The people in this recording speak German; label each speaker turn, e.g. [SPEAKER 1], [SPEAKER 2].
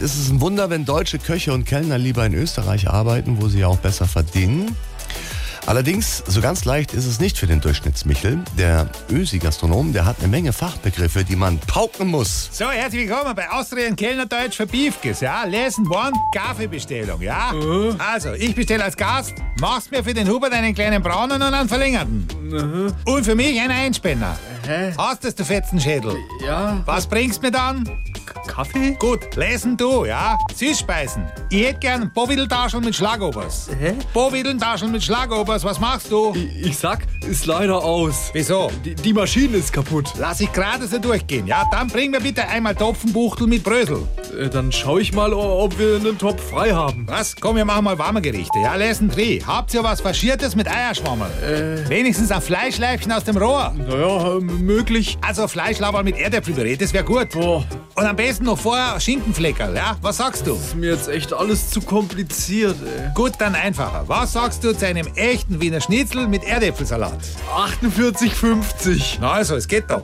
[SPEAKER 1] ist es ein Wunder, wenn deutsche Köche und Kellner lieber in Österreich arbeiten, wo sie ja auch besser verdienen. Allerdings, so ganz leicht ist es nicht für den Durchschnittsmichel. Der Ösi-Gastronom, der hat eine Menge Fachbegriffe, die man pauken muss.
[SPEAKER 2] So, herzlich willkommen bei Austrian Kellner Deutsch für Beefkes, ja? Lesen, Born, Kaffeebestellung, ja?
[SPEAKER 3] Mhm.
[SPEAKER 2] Also, ich bestelle als Gast, machst mir für den Hubert einen kleinen braunen und einen verlängerten. Und für mich einen Einspänner.
[SPEAKER 3] Mhm. Hä?
[SPEAKER 2] Hast es, du Fetzenschädel?
[SPEAKER 3] Ja,
[SPEAKER 2] Was bringst mir dann?
[SPEAKER 3] Kaffee?
[SPEAKER 2] Gut, lesen du, ja? Süßspeisen. Ich hätte gern Boviddeltascheln mit Schlagobers.
[SPEAKER 3] Hä?
[SPEAKER 2] Boviddeltascheln mit Schlagobers, was machst du?
[SPEAKER 3] Ich sag, ist leider aus.
[SPEAKER 2] Wieso?
[SPEAKER 3] Die, die Maschine ist kaputt.
[SPEAKER 2] Lass ich gerade so durchgehen, ja? Dann bring mir bitte einmal Topfenbuchtel mit Brösel.
[SPEAKER 3] Äh, Dann schaue ich mal, o- ob wir einen Topf frei haben.
[SPEAKER 2] Was? Komm, wir machen mal warme Gerichte, ja? Lesen Tri. Habt ihr was Faschiertes mit Eierschwammel?
[SPEAKER 3] Äh.
[SPEAKER 2] Wenigstens ein Fleischleibchen aus dem Rohr.
[SPEAKER 3] Naja, ähm, möglich.
[SPEAKER 2] Also Fleischlauber mit Erdäpfelpüree, das wäre gut.
[SPEAKER 3] Boah,
[SPEAKER 2] Und am besten noch vorher Schinkenfleckerl, ja? Was sagst du?
[SPEAKER 3] ist mir jetzt echt alles zu kompliziert, ey.
[SPEAKER 2] Gut, dann einfacher. Was sagst du zu einem echten Wiener Schnitzel mit Erdäpfelsalat?
[SPEAKER 3] 48,50.
[SPEAKER 2] Na also, es geht doch.